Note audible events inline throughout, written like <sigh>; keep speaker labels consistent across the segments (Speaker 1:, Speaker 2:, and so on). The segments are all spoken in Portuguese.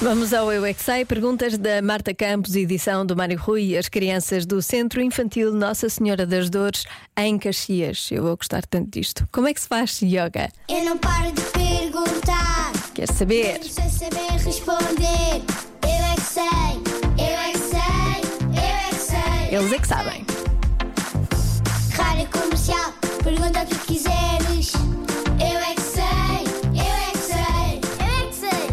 Speaker 1: Vamos ao Eu é que Sei, perguntas da Marta Campos, edição do Mário Rui, as crianças do Centro Infantil Nossa Senhora das Dores, em Caxias. Eu vou gostar tanto disto. Como é que se faz yoga?
Speaker 2: Eu não paro de perguntar,
Speaker 1: Quer saber?
Speaker 2: não sei saber responder. Eu é que sei, eu é que sei, eu é que sei.
Speaker 1: Eles é que sabem.
Speaker 2: Rádio comercial, pergunta o que quiseres. Eu é que sei, eu é que sei, eu é que sei.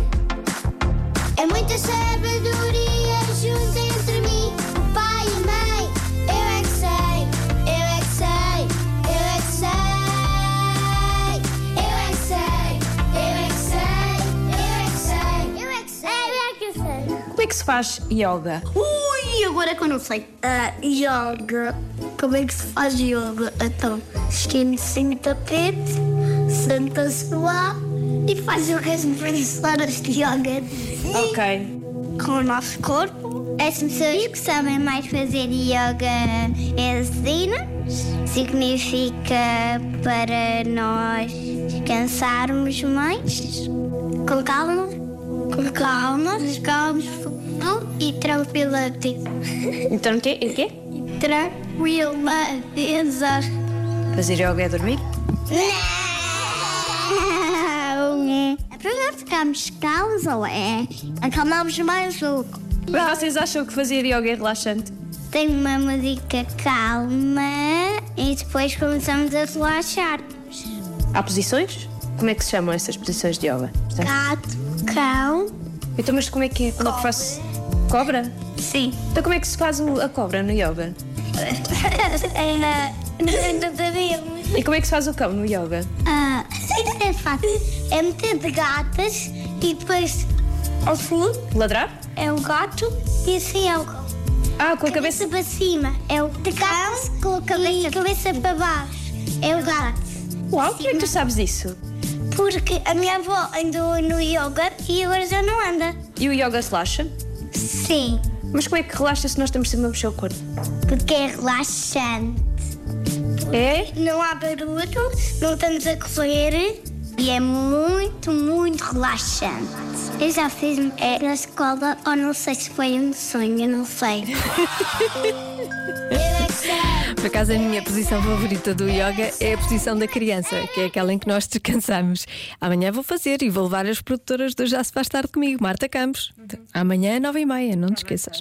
Speaker 2: É muita sabedoria junta entre mim, o pai e a mãe. Eu é que sei, eu é que sei, eu é que sei. Eu é que sei, eu é que sei, eu é que sei. Eu é que sei, eu é que sei.
Speaker 3: Como é que se faz yoga?
Speaker 2: Ui, agora que eu não sei. yoga. Ah, Como é que se faz yoga? Então, estende-se no tapete, senta-se lá e faz o que as professoras de yoga dizem
Speaker 3: Ok.
Speaker 2: com o nosso corpo. As pessoas que sabem mais fazer yoga ensinas. Significa para nós descansarmos mais, com calma. Com calma, calmos e tipo. tranquilidade. <laughs>
Speaker 3: Então o quê? E o quê?
Speaker 2: Tranquilidade.
Speaker 3: Fazer yoga é dormir?
Speaker 2: Não! Para ficarmos calmos ou é acalmarmos mais o
Speaker 3: Vocês acham que fazer yoga é relaxante?
Speaker 2: Tem uma música calma e depois começamos a relaxar.
Speaker 3: Há posições? Como é que se chamam essas posições de yoga? Portanto,
Speaker 2: Gato, cão.
Speaker 3: Então, mas como é que é? Como é que faço? Cobra?
Speaker 2: Sim. <laughs>
Speaker 3: Então, como é que se faz o- a cobra no yoga?
Speaker 2: Não sabemos.
Speaker 3: E como é que se faz o cão no yoga?
Speaker 2: Ah, é fácil. É meter de gatas e depois ao fundo
Speaker 3: Ladrar?
Speaker 2: é o gato e assim é o cão.
Speaker 3: Ah, com a cabeça.
Speaker 2: cabeça para cima é o cão com a cabeça, cabeça para baixo é o gato.
Speaker 3: Uau, como é que tu sabes isso?
Speaker 2: Porque a minha avó andou no yoga e agora já não anda.
Speaker 3: E o yoga relaxa?
Speaker 2: Sim,
Speaker 3: Mas como é que relaxa se nós estamos sempre a mexer o corpo?
Speaker 2: porque é relaxante.
Speaker 3: É?
Speaker 2: Não há barulho, não estamos a correr e é muito, muito relaxante. Eu já fiz é, na escola, ou não sei se foi um sonho, não sei. Eu é que sei.
Speaker 1: Por acaso, a minha posição favorita do yoga é a posição da criança, que é aquela em que nós descansamos. Amanhã vou fazer e vou levar as produtoras do Já Se Faz Tarde comigo, Marta Campos. Amanhã, nove e meia, não te esqueças.